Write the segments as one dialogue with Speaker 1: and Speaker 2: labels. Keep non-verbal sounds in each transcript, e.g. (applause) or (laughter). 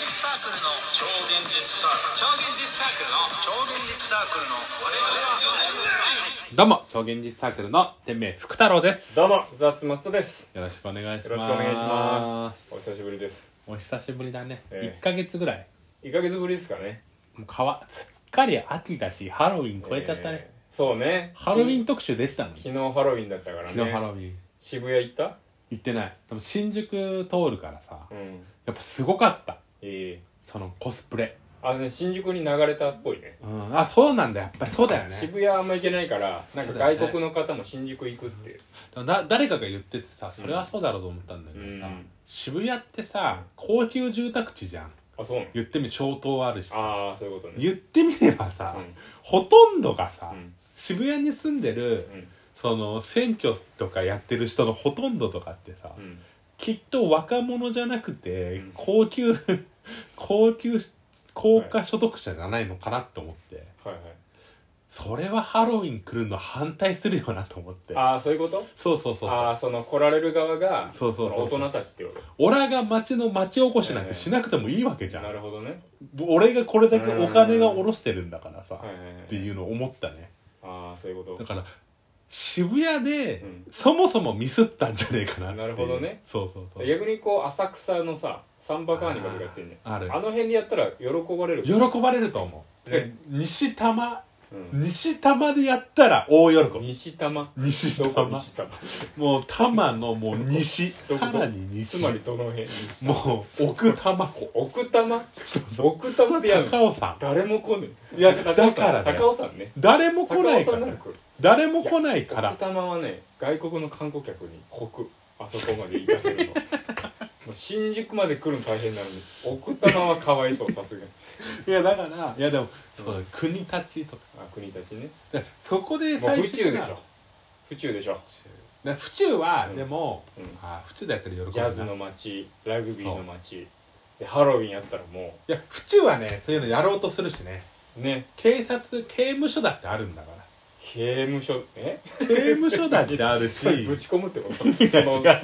Speaker 1: の超現実サークル超現実サークルの超現実サークルの我々は
Speaker 2: どうも超現実サークルの天命福太郎です
Speaker 3: どうも、ザーツマストです。
Speaker 2: よろしくお願いします
Speaker 3: よろしくお願いします。お久しぶりです。
Speaker 2: お久しぶりだね、
Speaker 3: ええ
Speaker 2: 1ヶ月ぐらい
Speaker 3: 一ヶ月ぶりですかね。
Speaker 2: もうかわすっかり秋だしハロウィン超えちゃったね、
Speaker 3: えー。そうね。
Speaker 2: ハロウィン特集でしたの
Speaker 3: 昨日ハロウィンだったからね。
Speaker 2: 昨日ハロウィン
Speaker 3: 渋谷行った
Speaker 2: 行ってないでも新宿通るからさ、
Speaker 3: うん。い
Speaker 2: やっぱすごかった
Speaker 3: い。
Speaker 2: そのコスプレ
Speaker 3: あのね、新宿に流れたっぽいね。
Speaker 2: うんあそうなんだやっぱりそうだよ
Speaker 3: 渋
Speaker 2: ね
Speaker 3: 谷あんま行けないから、なんか
Speaker 2: そうだよね
Speaker 3: 外国の方も新宿行くって。
Speaker 2: だ誰かが言っててさそれはそうだろうと思ったんだけどさ、
Speaker 3: うん
Speaker 2: 渋谷ってさ高級住宅地じゃん
Speaker 3: あ、そうなの
Speaker 2: 言ってみ小島あるしさ
Speaker 3: ああ、そういうことね。
Speaker 2: 言ってみればさ、
Speaker 3: うん
Speaker 2: ほとんどがさ、
Speaker 3: うん
Speaker 2: 渋谷に住んでる、
Speaker 3: うん
Speaker 2: その選挙とかやってる人のほとんどとかってさ、
Speaker 3: うん。
Speaker 2: きっと若者じゃなくて、
Speaker 3: うん
Speaker 2: 高級 (laughs) 高級高価所得者じゃないのかなと思って、
Speaker 3: はいはい。
Speaker 2: それはハロウィン来るの反対するよなと思って
Speaker 3: ああ、そういうこと
Speaker 2: そうそうそうそ
Speaker 3: あ
Speaker 2: う
Speaker 3: あ、その来られる側が、
Speaker 2: そうそうそう
Speaker 3: の大人たちってこと。
Speaker 2: 俺が町の町おこしなんてしなくてもいいわけじゃん、
Speaker 3: なるほどね。
Speaker 2: 俺がこれだけお金が下ろしてるんだからさ、
Speaker 3: はいはいはい
Speaker 2: っていうのを思ったね、
Speaker 3: ああ、そういうこ
Speaker 2: だ
Speaker 3: と。
Speaker 2: から渋谷で、
Speaker 3: うん
Speaker 2: そもそもミスったんじゃねえかなっていう
Speaker 3: なるほどね
Speaker 2: そうそうそう
Speaker 3: 逆にこう、浅草のさ、サンバカーニバルがやってんね
Speaker 2: あーある
Speaker 3: あの辺でやったら喜ばれる。
Speaker 2: 喜ばれると思う、
Speaker 3: ね
Speaker 2: 西多摩
Speaker 3: うん
Speaker 2: 西多摩でやったら大喜び
Speaker 3: 西多摩
Speaker 2: 西多
Speaker 3: どこ
Speaker 2: 摩
Speaker 3: 西多摩
Speaker 2: もう多摩のもう西
Speaker 3: ど
Speaker 2: さ
Speaker 3: こ
Speaker 2: らに
Speaker 3: つ
Speaker 2: 西
Speaker 3: まりどの辺西多摩
Speaker 2: もう奥多摩湖
Speaker 3: 奥多摩奥多摩でやるの
Speaker 2: 高尾山
Speaker 3: 誰も来ねえ
Speaker 2: いや
Speaker 3: 高尾
Speaker 2: だ
Speaker 3: 山
Speaker 2: からね
Speaker 3: 高尾山ね
Speaker 2: 誰も来
Speaker 3: 高
Speaker 2: な
Speaker 3: 尾
Speaker 2: いか
Speaker 3: 山
Speaker 2: ら
Speaker 3: なら来る
Speaker 2: 誰も来ないか
Speaker 3: 奥
Speaker 2: ら
Speaker 3: 多摩はね外国の観光客に酷あそこまで行か
Speaker 2: (laughs)
Speaker 3: せるのもう新宿まで来るの大変なのに奥多摩はかわいそうさすがに
Speaker 2: いやだからいやでもそうだ国立とか
Speaker 3: あ国たちね
Speaker 2: だからそこで
Speaker 3: もう
Speaker 2: 最
Speaker 3: 府
Speaker 2: 終的
Speaker 3: 中で
Speaker 2: な
Speaker 3: しょ府中でしょ
Speaker 2: だから府中は、
Speaker 3: うん
Speaker 2: でも、
Speaker 3: うん
Speaker 2: あ府中でやってる喜びだ
Speaker 3: ジャズの街ラグビーの街でハロウィンやったらも
Speaker 2: いや府中はねそういうのやろうとするしね
Speaker 3: うね
Speaker 2: 警察刑務所だってあるんだから
Speaker 3: 刑務所え
Speaker 2: 刑務所だってあるし
Speaker 3: (laughs) ぶち込むってことそ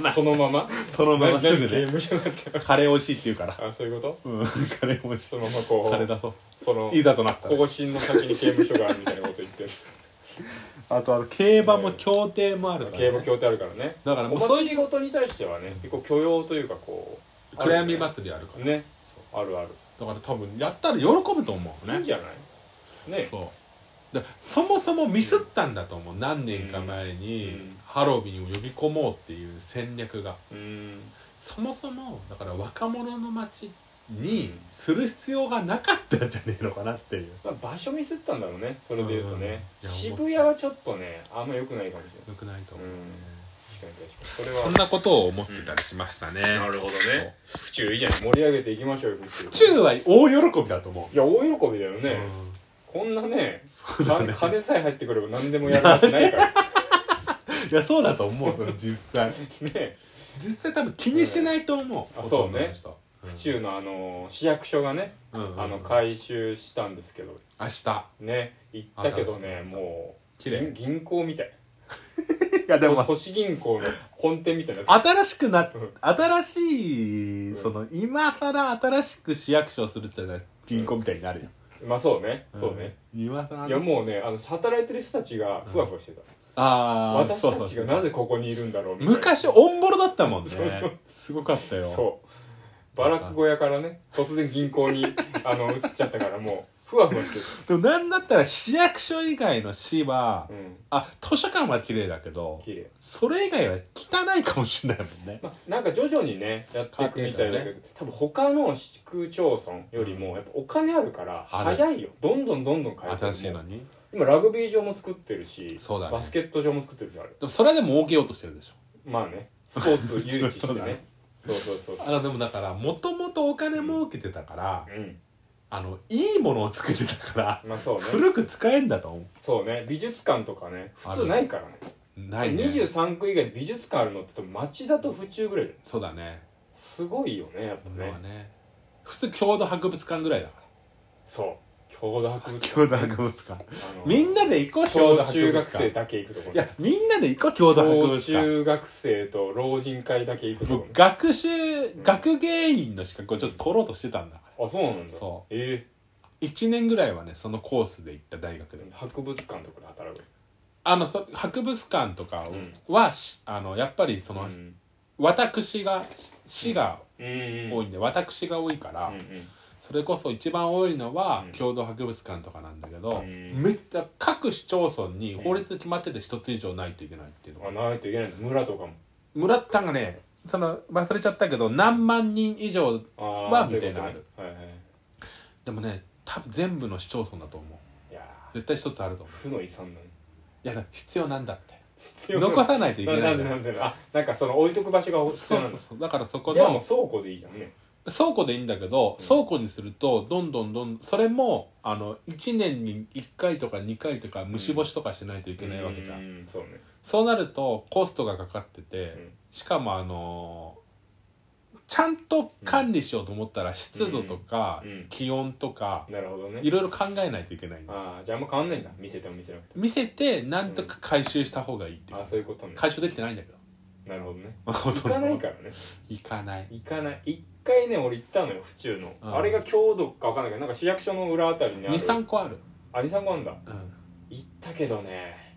Speaker 2: (laughs)
Speaker 3: のそのまま
Speaker 2: そのまますぐね
Speaker 3: 刑務所だって
Speaker 2: カレー美味しいって言うから
Speaker 3: あそういうこと
Speaker 2: うんカレー美味しい
Speaker 3: そのままこ
Speaker 2: カレー
Speaker 3: う
Speaker 2: 出そ
Speaker 3: その
Speaker 2: ういざとなったら
Speaker 3: 更新の先に刑務所があるみたいなこと言
Speaker 2: (laughs)
Speaker 3: ってる
Speaker 2: あとあの競馬も競艇もあるから、
Speaker 3: 刑
Speaker 2: ね、
Speaker 3: 務教ってあるからね
Speaker 2: だからも
Speaker 3: お
Speaker 2: うそう
Speaker 3: 祭
Speaker 2: いう
Speaker 3: りごとに対してはね結構許容というかこう
Speaker 2: 暗闇祭りあるから、
Speaker 3: ねあるある
Speaker 2: だから多分やったら喜ぶと思う
Speaker 3: いいん
Speaker 2: ね
Speaker 3: じゃないね
Speaker 2: そうだそもそもミスったんだと思う何年か前に
Speaker 3: うん
Speaker 2: ハロウィンを呼び込もうっていう戦略が
Speaker 3: うーん
Speaker 2: そもそもだから若者の街にする必要がなかったんじゃねえのかなっていう
Speaker 3: まあ場所ミスったんだろうねそれで言うとね
Speaker 2: うんいや
Speaker 3: 渋谷はちょっとねあんま良くないかもしれない
Speaker 2: よくないと思うね、
Speaker 3: 確かに確かにそれ
Speaker 2: そん
Speaker 3: は
Speaker 2: なことを思ってたりしましたね、
Speaker 3: なるほどね府中いいじゃない盛り上げていきましょうよ府中
Speaker 2: 中は大喜びだと思
Speaker 3: いや大喜びだよ
Speaker 2: う、
Speaker 3: ねこんなね
Speaker 2: そうだね
Speaker 3: か金さえ入ってくれば何でもやるわけないから
Speaker 2: いやそうだと思うそれ実際
Speaker 3: (laughs) ね
Speaker 2: 実際多分気にしないと思う、
Speaker 3: うんあそうね
Speaker 2: そう
Speaker 3: 府中のあの市役所がね、
Speaker 2: うんうん
Speaker 3: あの回収したんですけど
Speaker 2: 明日
Speaker 3: ね行ったけど
Speaker 2: あ
Speaker 3: ねもう
Speaker 2: 綺麗
Speaker 3: 銀銀行みたい
Speaker 2: いやでも
Speaker 3: 都市銀行の本店みたいなや
Speaker 2: 新しくなっ
Speaker 3: うん
Speaker 2: 新しい
Speaker 3: ん
Speaker 2: その今更新しく市役所をするじゃない銀行みたいになるよ、
Speaker 3: つまあそうねそうね、
Speaker 2: ん今更
Speaker 3: いやもうねあの働いてる人たちがふわふわしてた、
Speaker 2: ああ
Speaker 3: 私たちがなぜここにいるんだろうみたいな
Speaker 2: 昔オンボロだったもんね
Speaker 3: そうそう
Speaker 2: すごかったよ
Speaker 3: そうバラック小屋からね突然銀行
Speaker 2: (laughs)
Speaker 3: にあの移っちゃったからもうふわふわして
Speaker 2: でもなんだったら市役所以外の市は、
Speaker 3: るうん
Speaker 2: あ図書館は綺麗だけど
Speaker 3: 綺麗
Speaker 2: それ以外は汚いかもしれないもんね
Speaker 3: まあ、なんか徐々にねやっていくみたいだけど、多分他の市区町村よりもやっぱお金あるから
Speaker 2: ある
Speaker 3: 早いよどんどんどんどん変えて
Speaker 2: 新しい
Speaker 3: も
Speaker 2: の
Speaker 3: う
Speaker 2: にで
Speaker 3: 今ラグビー場も作ってるし
Speaker 2: そうだね
Speaker 3: バスケット場も作ってるしあれ
Speaker 2: もそれでも儲けようとしてるでしょ
Speaker 3: まあねスポーツ誘致して
Speaker 2: そうだね
Speaker 3: ねそうそうそう
Speaker 2: あでもだからもともとお金儲けてたから、
Speaker 3: うん
Speaker 2: あのいいものを作ってたから、
Speaker 3: まあそうね
Speaker 2: 古く使えんだと思
Speaker 3: そうね美術館とかね普通ないからね
Speaker 2: うないね
Speaker 3: 23区以外に美術館あるのって多分町だと府中ぐらいだよ
Speaker 2: そうだね
Speaker 3: すごいよねやっぱ
Speaker 2: 俺は
Speaker 3: ね
Speaker 2: ね普通郷土博物館ぐらいだから
Speaker 3: そう郷土博物館
Speaker 2: 郷土博物館
Speaker 3: あの
Speaker 2: みんなで行こう郷土
Speaker 3: 小
Speaker 2: 博
Speaker 3: 中
Speaker 2: 物
Speaker 3: 学
Speaker 2: 館
Speaker 3: 生
Speaker 2: い
Speaker 3: だけ行くところ
Speaker 2: やみんなで行こう郷土博物
Speaker 3: 小
Speaker 2: 館
Speaker 3: 中学生と老人会だけ行くとこ
Speaker 2: 僕学習学芸員の資格をちょっと取ろうとしてたんだか
Speaker 3: ろあそうなんだ
Speaker 2: そ
Speaker 3: え
Speaker 2: 1年ぐらいはねそのコースで行った大学
Speaker 3: え
Speaker 2: で
Speaker 3: 博物館とかで働く
Speaker 2: あのそ博物館とか
Speaker 3: ん
Speaker 2: は、しあのやっぱりその、
Speaker 3: うん
Speaker 2: 私がし市が
Speaker 3: うんうん
Speaker 2: 多いんで、私が多いから、
Speaker 3: うんうん
Speaker 2: それこそ一番多いのは、
Speaker 3: うん
Speaker 2: 郷土博物館とかなんだけど、
Speaker 3: うん
Speaker 2: めっちゃ各市町村に法律で決まってて一つ以上ないといけないっていうのが
Speaker 3: あないといけないんだ村とかも
Speaker 2: 村ったんがねその忘れちゃったけど何万人以上
Speaker 3: ああ
Speaker 2: まあ
Speaker 3: そうう
Speaker 2: みたいなの
Speaker 3: こ
Speaker 2: あ
Speaker 3: と
Speaker 2: る
Speaker 3: ねはいはい
Speaker 2: でもね多分全部の市町村だと思う
Speaker 3: いやー
Speaker 2: 絶対一つあると思う
Speaker 3: 負の遺産だね
Speaker 2: いやだから必要なんだって
Speaker 3: 必要な
Speaker 2: 残さないといけない
Speaker 3: なん
Speaker 2: ん
Speaker 3: で
Speaker 2: だよ
Speaker 3: なんであなんかその置いとく場所が必
Speaker 2: そ
Speaker 3: 要
Speaker 2: う
Speaker 3: な
Speaker 2: そう
Speaker 3: んだ
Speaker 2: そうだからそこ
Speaker 3: じゃあも
Speaker 2: の
Speaker 3: う倉庫でいいじゃんね
Speaker 2: 倉庫でいいんだけど、
Speaker 3: うん
Speaker 2: 倉庫にするとどんどんどんそれもあの1年に1回とか2回とか虫干しとかしないとい
Speaker 3: い
Speaker 2: けないわけじゃん、
Speaker 3: んそうね
Speaker 2: そうなるとコストがかかってて、
Speaker 3: ん
Speaker 2: しかもあのーちゃんと管理しようと思ったら湿度とか
Speaker 3: うんうん
Speaker 2: 気温とか
Speaker 3: なるほどね
Speaker 2: いろいろ考えないといけないんだ
Speaker 3: ああじゃああんま変わんないんだ見せても見せなくて
Speaker 2: 見せてなんとか回収した方がいいっていう
Speaker 3: もあそういうことね
Speaker 2: 回収できてないんだけど
Speaker 3: なるほ
Speaker 2: (laughs)
Speaker 3: どね
Speaker 2: ほ
Speaker 3: 行
Speaker 2: とんど
Speaker 3: かないからね
Speaker 2: 行かない
Speaker 3: 行かない一回ね俺行ったのよ府中の
Speaker 2: うん
Speaker 3: あれが郷土か分かんないけどなんか市役所の裏あたりにある
Speaker 2: 23個ある
Speaker 3: あ23個あんだ
Speaker 2: うん
Speaker 3: 行ったけどね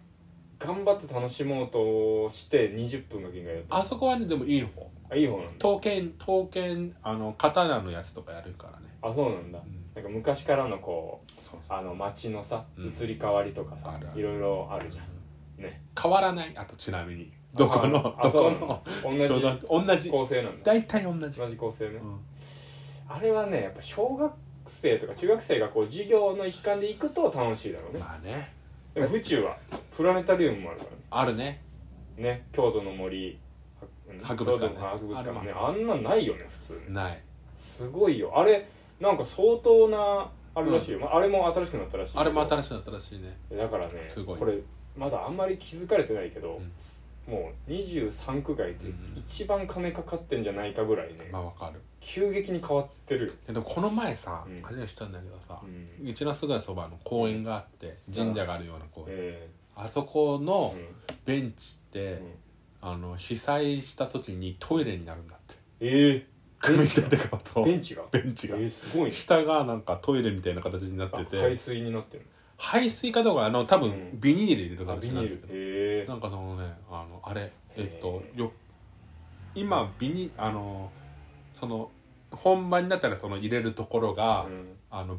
Speaker 3: 頑張って楽しもうとして20分が限界だった
Speaker 2: あそこはねでもいい方
Speaker 3: あいい方なんだ
Speaker 2: 刀剣刀剣あの刀のやつとかやるからね
Speaker 3: あそうなんだ
Speaker 2: うん
Speaker 3: なんか昔からのこう
Speaker 2: そうそう
Speaker 3: あの街のさ
Speaker 2: うん
Speaker 3: 移り変わりとかさ
Speaker 2: あるある
Speaker 3: いろいろあるじゃん
Speaker 2: 変わらないあとちなみにどこの
Speaker 3: あ
Speaker 2: どこの
Speaker 3: そうなんだ
Speaker 2: ち (laughs) ょうど同
Speaker 3: 同じ
Speaker 2: じ
Speaker 3: 構成なんだ
Speaker 2: 大体同じ
Speaker 3: 同じ構成ね
Speaker 2: うん
Speaker 3: あれはねやっぱ小学生とか中学生がこう授業の一環で行くと楽しいだろうね
Speaker 2: まあね
Speaker 3: でも府中はプラネタリウムもあるからね
Speaker 2: あるね
Speaker 3: ね郷土の森は
Speaker 2: 博物館ね
Speaker 3: 郷土の博物館もねあ
Speaker 2: あ
Speaker 3: んなんないよね普通ね
Speaker 2: ない
Speaker 3: すごいよあれなんか相当なあれらしいよ、まああれも新しくなったらしい
Speaker 2: あれも新
Speaker 3: し
Speaker 2: しいなったらしいね
Speaker 3: いだからね
Speaker 2: すごい
Speaker 3: これまだあんまり気づかれてないけど、もう23区外で
Speaker 2: うん
Speaker 3: 一番金かかってんじゃないかぐらいね、
Speaker 2: まあわかる
Speaker 3: 急激に変わってるよ、
Speaker 2: でもこの前さ
Speaker 3: うん
Speaker 2: 初めて知ったんだけどさ
Speaker 3: うん
Speaker 2: 一之瀬川そばの公園があって神社があるような公園
Speaker 3: え
Speaker 2: あそこ
Speaker 3: え
Speaker 2: の
Speaker 3: うん
Speaker 2: ベンチって
Speaker 3: うん
Speaker 2: あの被災した時にトイレになるんだって
Speaker 3: え
Speaker 2: 組み立てたこと
Speaker 3: えベンチが
Speaker 2: ベンチが
Speaker 3: ええすごいね
Speaker 2: 下がなんかトイレみたいな形になっ
Speaker 3: あ
Speaker 2: て
Speaker 3: 排
Speaker 2: て
Speaker 3: 水になってる
Speaker 2: 排水かどうかあの多分
Speaker 3: うん
Speaker 2: ビニール入れる
Speaker 3: あ
Speaker 2: 形
Speaker 3: ビ
Speaker 2: に
Speaker 3: ニ
Speaker 2: なって
Speaker 3: ール
Speaker 2: る
Speaker 3: へえ
Speaker 2: なんかそのねあのあれえっと
Speaker 3: へ
Speaker 2: よ今ビニあのその本番になったらその入れるところが、
Speaker 3: うん
Speaker 2: あの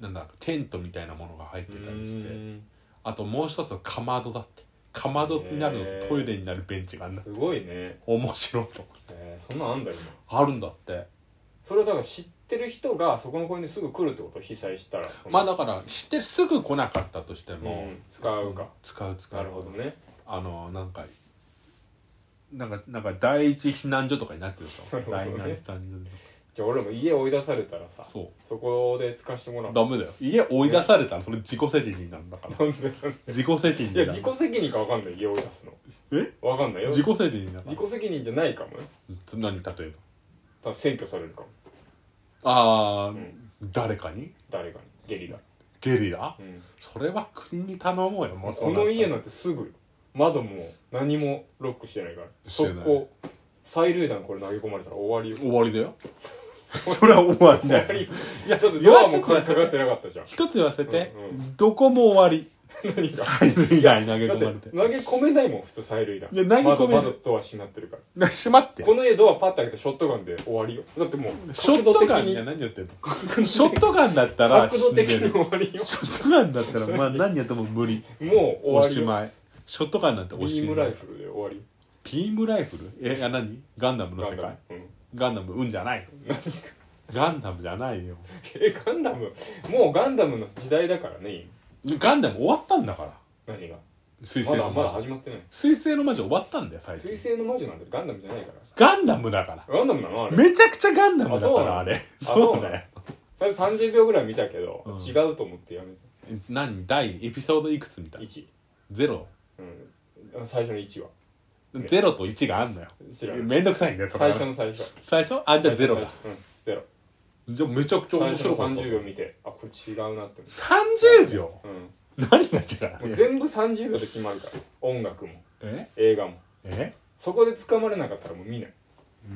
Speaker 2: なんだテントみたいなものが入ってたりし
Speaker 3: う
Speaker 2: て
Speaker 3: ん
Speaker 2: あともう一つはかまどだってかまどになるの
Speaker 3: へ
Speaker 2: と
Speaker 3: ー
Speaker 2: トイレになるベンチがあるんだ
Speaker 3: すごいね
Speaker 2: 面白いと
Speaker 3: ええそんなんあんだ今
Speaker 2: あるんだって
Speaker 3: それはだから知ってる人がそこの公園ですぐ来るってこと被災したら
Speaker 2: まあだからしてすぐ来なかったとしても、
Speaker 3: うん使うか
Speaker 2: 使う使う
Speaker 3: なるほどね
Speaker 2: あのなんかなんかなんか第一避難所とかになってるでしょ、
Speaker 3: なるほど
Speaker 2: 第
Speaker 3: ね
Speaker 2: 二避難
Speaker 3: じゃあ俺も家追い出されたらさ
Speaker 2: 所そ
Speaker 3: そこで使わせてもら
Speaker 2: う
Speaker 3: う
Speaker 2: ダメだよ家追い出されたらそれ自己責任なんだから
Speaker 3: なんで
Speaker 2: 自己責任
Speaker 3: いや
Speaker 2: だ
Speaker 3: 自己責任かわかんない家追い出すの
Speaker 2: え
Speaker 3: わかんないよ
Speaker 2: 自
Speaker 3: 自己
Speaker 2: 己責任だから
Speaker 3: 責任じゃないかもよ
Speaker 2: 何例え
Speaker 3: ただ占拠されるかも
Speaker 2: ばああ、
Speaker 3: ん
Speaker 2: 誰かに
Speaker 3: 誰かにゲリラ
Speaker 2: ゲリラ
Speaker 3: うん
Speaker 2: それは国に頼もうよもう
Speaker 3: この家
Speaker 2: の
Speaker 3: なんてすぐよ窓も何もロックしてないから
Speaker 2: してない
Speaker 3: 速攻催涙弾これ投げ込まれたら終わりよ
Speaker 2: 終わり
Speaker 3: (laughs)
Speaker 2: だよそれは終わりだよい
Speaker 3: だ
Speaker 2: や
Speaker 3: って
Speaker 2: 言
Speaker 3: ド
Speaker 2: わ
Speaker 3: ア
Speaker 2: せ
Speaker 3: も
Speaker 2: て
Speaker 3: 鍵かかってなか
Speaker 2: (laughs)
Speaker 3: ったじゃん
Speaker 2: 一つ言わせて、
Speaker 3: うんう
Speaker 2: どこも終わり
Speaker 3: 何が
Speaker 2: 催涙弾に投げ
Speaker 3: だっ
Speaker 2: 込まれ
Speaker 3: て
Speaker 2: て
Speaker 3: 投げ込めないもん普通催涙弾
Speaker 2: いや投げ込めない
Speaker 3: 窓窓ドア閉まってるから
Speaker 2: 閉まって
Speaker 3: この家ドアパッと開けてショットガンで終わりよだってもう
Speaker 2: ショットガン
Speaker 3: 角度的
Speaker 2: い
Speaker 3: に
Speaker 2: や何やってん
Speaker 3: (laughs)
Speaker 2: のショットガンだったら
Speaker 3: 角
Speaker 2: 死
Speaker 3: 度
Speaker 2: ん
Speaker 3: 的
Speaker 2: で
Speaker 3: に
Speaker 2: る
Speaker 3: 終わりよ
Speaker 2: (laughs) ショットガンだったらまあ何やっても無理
Speaker 3: もう終
Speaker 2: お
Speaker 3: わり
Speaker 2: し
Speaker 3: よ
Speaker 2: まいショットガンなんてお
Speaker 3: ビ
Speaker 2: し
Speaker 3: ーム
Speaker 2: ま
Speaker 3: ライ
Speaker 2: い
Speaker 3: フルで終わりよ
Speaker 2: ビームライフルえあ何ガンダムの世
Speaker 3: ガンダ
Speaker 2: 界
Speaker 3: ム、うん、
Speaker 2: ガンダムうんじゃないガンダムじゃないよ
Speaker 3: (laughs) えガンダムもうガンダムの時代だからね
Speaker 2: ガンダム終わったんだから
Speaker 3: 今何が
Speaker 2: 水
Speaker 3: ま
Speaker 2: 星
Speaker 3: だ
Speaker 2: の
Speaker 3: ま
Speaker 2: 魔
Speaker 3: だ
Speaker 2: 女
Speaker 3: 始まってない
Speaker 2: 水星の魔女終わったんだよ最近
Speaker 3: 水星の魔女なんてガンダムじゃないか
Speaker 2: ガンダムだから
Speaker 3: らガンダムなのあれ
Speaker 2: めちゃくちゃガンダム
Speaker 3: あ
Speaker 2: だ
Speaker 3: そう
Speaker 2: か
Speaker 3: な
Speaker 2: ら
Speaker 3: の
Speaker 2: あれ
Speaker 3: あ
Speaker 2: そ
Speaker 3: そううなの
Speaker 2: だよ
Speaker 3: 最初30秒ぐらい見たけど、
Speaker 2: うん
Speaker 3: 違うと思ってやめた
Speaker 2: 何第エピソードいくつみたいな
Speaker 3: 1、
Speaker 2: ゼロ
Speaker 3: うん、最初の1は
Speaker 2: ゼロと1があんのよ
Speaker 3: 知らない
Speaker 2: めんどくさいんだよそれ
Speaker 3: 最
Speaker 2: は
Speaker 3: 初の最初
Speaker 2: 最初あじゃあゼロ
Speaker 3: うん
Speaker 2: だ
Speaker 3: ゼロ
Speaker 2: じゃあめちゃくちゃ
Speaker 3: 最
Speaker 2: 面
Speaker 3: 初
Speaker 2: 白
Speaker 3: の
Speaker 2: かった
Speaker 3: 30秒見てあこれ違うなって
Speaker 2: 30秒
Speaker 3: 思う、
Speaker 2: 何が違
Speaker 3: うん、もう
Speaker 2: う
Speaker 3: 全部30秒で決まるから音楽も
Speaker 2: え
Speaker 3: 映画も
Speaker 2: え
Speaker 3: そこで掴まれなかったらもう見ない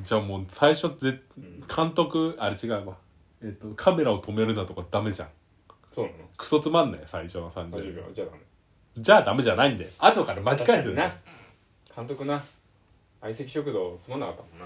Speaker 2: じゃあもう最初ぜ
Speaker 3: ん
Speaker 2: 監督あれ違うわえっと、カメラを止めるなとかダメじゃん
Speaker 3: そうなの
Speaker 2: クソつまんない最初の
Speaker 3: 30
Speaker 2: 30秒
Speaker 3: 秒じゃ
Speaker 2: じゃあ
Speaker 3: あダメ
Speaker 2: ダメじゃないんだよ後から巻き返すんだよ
Speaker 3: な監督な相席食堂つまんなかったもんな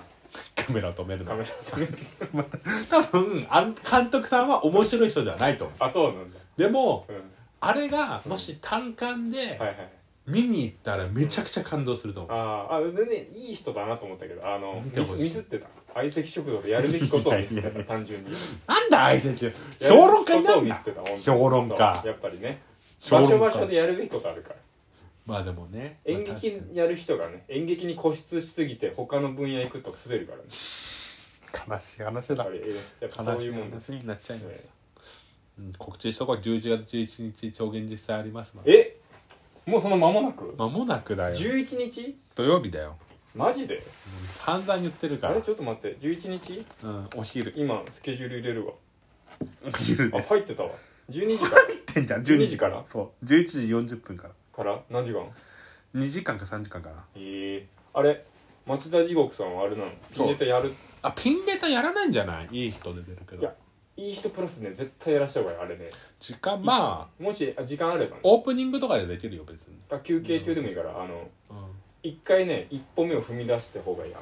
Speaker 2: カメラを止めるな
Speaker 3: カメラ止め
Speaker 2: (laughs)
Speaker 3: て
Speaker 2: 多分あん監督さんは面白い人ではないと思う
Speaker 3: あそうなんだ
Speaker 2: でも
Speaker 3: うん
Speaker 2: あれがもし単館で
Speaker 3: はいはい
Speaker 2: 見に行ったらめちゃくちゃ感動すると思う
Speaker 3: あーあ全然いい人だなと思ったけどあの
Speaker 2: 見て
Speaker 3: ミ
Speaker 2: ほしい
Speaker 3: スミスってた相席食堂でやるべきことをミスって
Speaker 2: いやい
Speaker 3: た単純に
Speaker 2: なんだ相席評論家にな
Speaker 3: やる
Speaker 2: ん
Speaker 3: べきことをミ
Speaker 2: だ
Speaker 3: スってた本当に
Speaker 2: 評論家
Speaker 3: そうやっぱりね
Speaker 2: 評
Speaker 3: 場
Speaker 2: 論家
Speaker 3: 所場所でやるべきことあるから
Speaker 2: まあでもね
Speaker 3: 演
Speaker 2: まあ確
Speaker 3: 劇
Speaker 2: かに
Speaker 3: やる人がね演劇に固執しすぎて他の分野行くと滑るからね
Speaker 2: 悲しい話
Speaker 3: やっ
Speaker 2: だ
Speaker 3: ぱりやっぱ
Speaker 2: 悲し
Speaker 3: そうい
Speaker 2: いう
Speaker 3: もんです
Speaker 2: 話になっちゃいました、うん、告知しとこう11月11日超現実祭ありますま
Speaker 3: えもうその間もなく
Speaker 2: 間もなくだよ
Speaker 3: 11日
Speaker 2: 土曜日だよ
Speaker 3: マジで
Speaker 2: もう散々言ってるか
Speaker 3: あ
Speaker 2: ら
Speaker 3: れちょっと待って11日
Speaker 2: うんお昼
Speaker 3: 今スケジュール入れるわ
Speaker 2: お昼
Speaker 3: あ入ってたわ12時か
Speaker 2: ってんじゃん
Speaker 3: 12時から
Speaker 2: そう11時40分から
Speaker 3: らから何時間
Speaker 2: 2時間か3時間かな
Speaker 3: ええあれ町田地獄さんはあれなの
Speaker 2: そう
Speaker 3: ネタやる
Speaker 2: あピンネタやらないんじゃないいい人で出るけ
Speaker 3: いや
Speaker 2: ど
Speaker 3: いい人プラスね絶対やらした方がいいあれね
Speaker 2: 時間まあ
Speaker 3: もしあ時間あればね
Speaker 2: オープニングとかでできるよ別に、
Speaker 3: あ休憩中でもいいからあの
Speaker 2: う
Speaker 3: 一回ね一歩目を踏み出して方がいいあ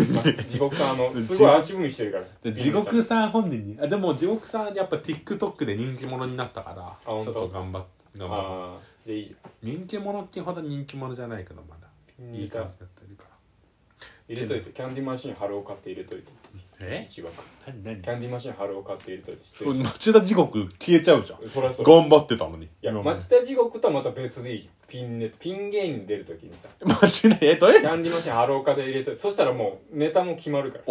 Speaker 3: の地獄さんあのすごい足踏みしてるから
Speaker 2: ん、で地獄さん本人にあでも地獄さんやっぱ TikTok で人気者になったからちょ
Speaker 3: 本
Speaker 2: っ
Speaker 3: 当
Speaker 2: と頑張って頑張
Speaker 3: ああでいいじゃ
Speaker 2: る人気者っていうほど人気者じゃないけどまだ
Speaker 3: ん
Speaker 2: い
Speaker 3: い
Speaker 2: い
Speaker 3: い
Speaker 2: 感
Speaker 3: か
Speaker 2: じだったりから
Speaker 3: 入れといてキャンディーマシン春を買って入れといて
Speaker 2: え
Speaker 3: 一番
Speaker 2: 何何
Speaker 3: キャンディーマシン春を買って入れといて失
Speaker 2: そう
Speaker 3: 礼し
Speaker 2: 町田地獄消えちゃうじゃん
Speaker 3: たそりゃそう
Speaker 2: 頑張ってたのに
Speaker 3: いや
Speaker 2: 今まで
Speaker 3: 町田地獄とはまた別でいいじゃんピンネピン芸人出るときにさ
Speaker 2: (laughs) 町田えどういう
Speaker 3: キャンディーマシンハローカで入れといてそしたらもうネタも決まるから